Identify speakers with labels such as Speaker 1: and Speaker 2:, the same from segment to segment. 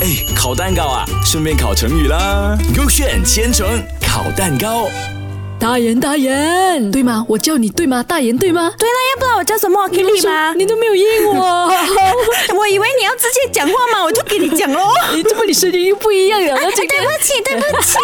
Speaker 1: 哎，烤蛋糕啊，顺便烤成语啦。勾选千层烤蛋糕，
Speaker 2: 大眼大眼，对吗？我叫你对吗？大眼对吗？
Speaker 3: 对了，哎也不知道我叫什么 k i l 吗？哦
Speaker 2: 你都没有应我，
Speaker 3: 我以为你要直接讲话嘛，我就给你讲喽。
Speaker 2: 你这么你声音又不一样了。那这
Speaker 3: 对
Speaker 2: 个
Speaker 3: 不起，对不起。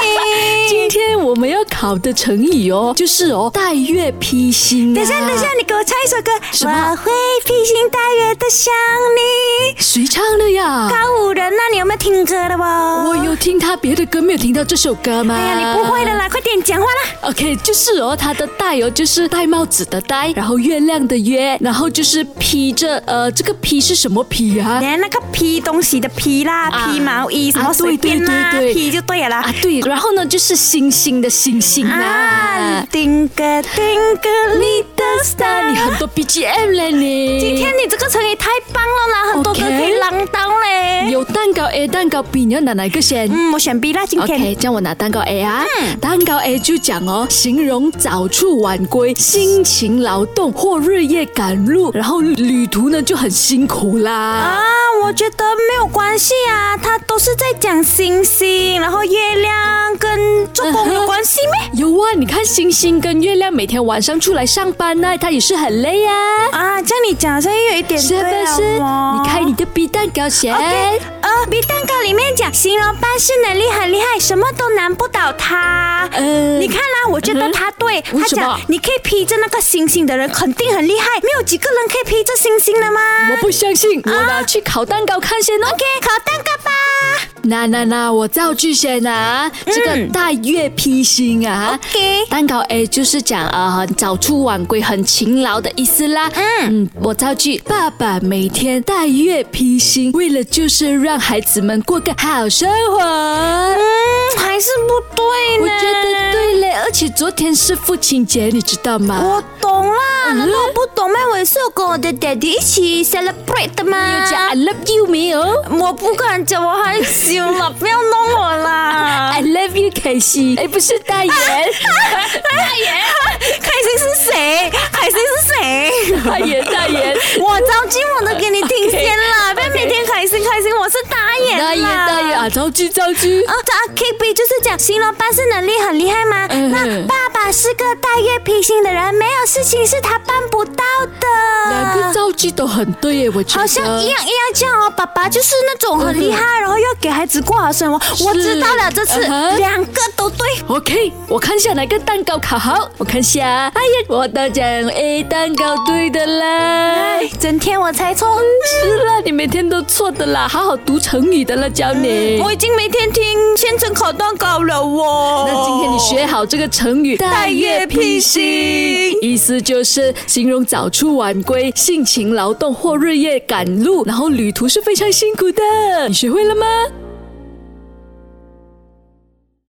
Speaker 2: 今天我们要考的成语哦，就是哦，带月披星、啊。
Speaker 3: 等一下，等一下，，你给我唱一首歌。
Speaker 2: 什么
Speaker 3: 我会披星戴月的想你。
Speaker 2: 谁唱的呀？
Speaker 3: 高五人，那你有没有听歌的哦？
Speaker 2: 我有啊听他别的歌，没有听到这首歌吗？
Speaker 3: 哎呀，你不会的啦，快点讲话啦！
Speaker 2: OK，就是哦，它的戴哦，就是戴帽子的戴，然后月亮的月，然后就是披着呃，这个披是什么披啊？
Speaker 3: 连那个披东西的披啦，
Speaker 2: 啊
Speaker 3: 披毛衣什
Speaker 2: 啊
Speaker 3: 么随便啦
Speaker 2: 对对对对，
Speaker 3: 披就对了啦
Speaker 2: 啊。，对，然后呢就是星星的星星
Speaker 3: 啊
Speaker 2: 啦。，
Speaker 3: 丁格丁格里的 star，
Speaker 2: 啊你很多 BGM 嘞你。
Speaker 3: 今天你这个成语太棒了啦，很多歌
Speaker 2: OK
Speaker 3: 可以朗当嘞。
Speaker 2: 有蛋糕 A 蛋糕 B，你要拿哪一个先？
Speaker 3: 嗯，我选 B 啦，今
Speaker 2: OK，
Speaker 3: 天。嗯
Speaker 2: 这样我拿蛋糕 A 啊。蛋糕 A 就讲哦，形容早出晚归、辛勤劳动或日夜赶路，然后旅途呢就很辛苦啦。
Speaker 3: 啊，我觉得没有关系啊，他都是在讲星星，然后月亮跟做工有关系咩？
Speaker 2: 嗯有啊，你看星星跟月亮每天晚上出来上班呢、它也是很累呀、啊，
Speaker 3: 啊，这样你讲好像又有一点
Speaker 2: 是不
Speaker 3: 对了
Speaker 2: 是？
Speaker 3: 哦
Speaker 2: 你看你的哎 B 蛋糕先。
Speaker 3: OK，呃，B 蛋糕里面讲形容办事能力很厉害，什么都难不倒他。
Speaker 2: 呃嗯
Speaker 3: 你看啦、我觉得他对，
Speaker 2: 为
Speaker 3: 他
Speaker 2: 什么
Speaker 3: 讲你可以披着那个星星的人肯定很厉害，没有几个人可以披着星星的吗
Speaker 2: 我不相信，我拿去烤蛋糕看先哦。
Speaker 3: ？OK，烤蛋糕吧。
Speaker 2: 那那那，我造句先啊，这个大月披星啊。
Speaker 3: 嗯 OK，
Speaker 2: 蛋糕 A 就是讲啊，很早出晚归、很勤劳的意思啦。嗯我造句：爸爸每天带月披星，为了就是让孩子们过个好生活。
Speaker 3: 嗯，还是不对呢。
Speaker 2: 我觉得对嘞，而且昨天是父亲节，你知道吗？
Speaker 3: 我懂啦，难道我不懂吗？我也是有跟我的 daddy 一起 celebrate 的
Speaker 2: 你有
Speaker 3: 吗？
Speaker 2: 讲 I love you 没有
Speaker 3: 我不敢讲，我害羞了，不要弄我 啦。
Speaker 2: ？I love you，凯西。哎，不是大眼，
Speaker 3: 哎开心是谁？开心是谁？
Speaker 2: 大眼，大眼。
Speaker 3: 我着急，我都给你听先 啦，别每天开心开心，我是 大眼啦
Speaker 2: 大眼大眼啊！造句造句，
Speaker 3: 啊，这啊 K B 就是讲形容办事能力很厉害吗？
Speaker 2: 嗯
Speaker 3: 那爸爸是个带月披星的人，没有事情是他办不到
Speaker 2: 两个
Speaker 3: 的。
Speaker 2: 造句都很对耶，我觉得
Speaker 3: 好像一样一样这样哦，爸爸就是那种很厉害，然后要给孩子过好生活。哦我知道了，这次
Speaker 2: 嗯哼
Speaker 3: 两个都对。
Speaker 2: OK，我看下哪个蛋糕烤好，我看下。哎呀，我都讲 A 蛋糕对的啦。
Speaker 3: 哎，整天我猜错，
Speaker 2: 是啦，你每天都错的啦，好好读成语的啦，教你。
Speaker 3: 嗯我已经每天听千层烤蛋糕了哦。
Speaker 2: 那今天你学好这个成语“
Speaker 3: 带月披星”，
Speaker 2: 意思就是形容早出晚归、辛勤劳动或日夜赶路，然后旅途是非常辛苦的。你学会了吗？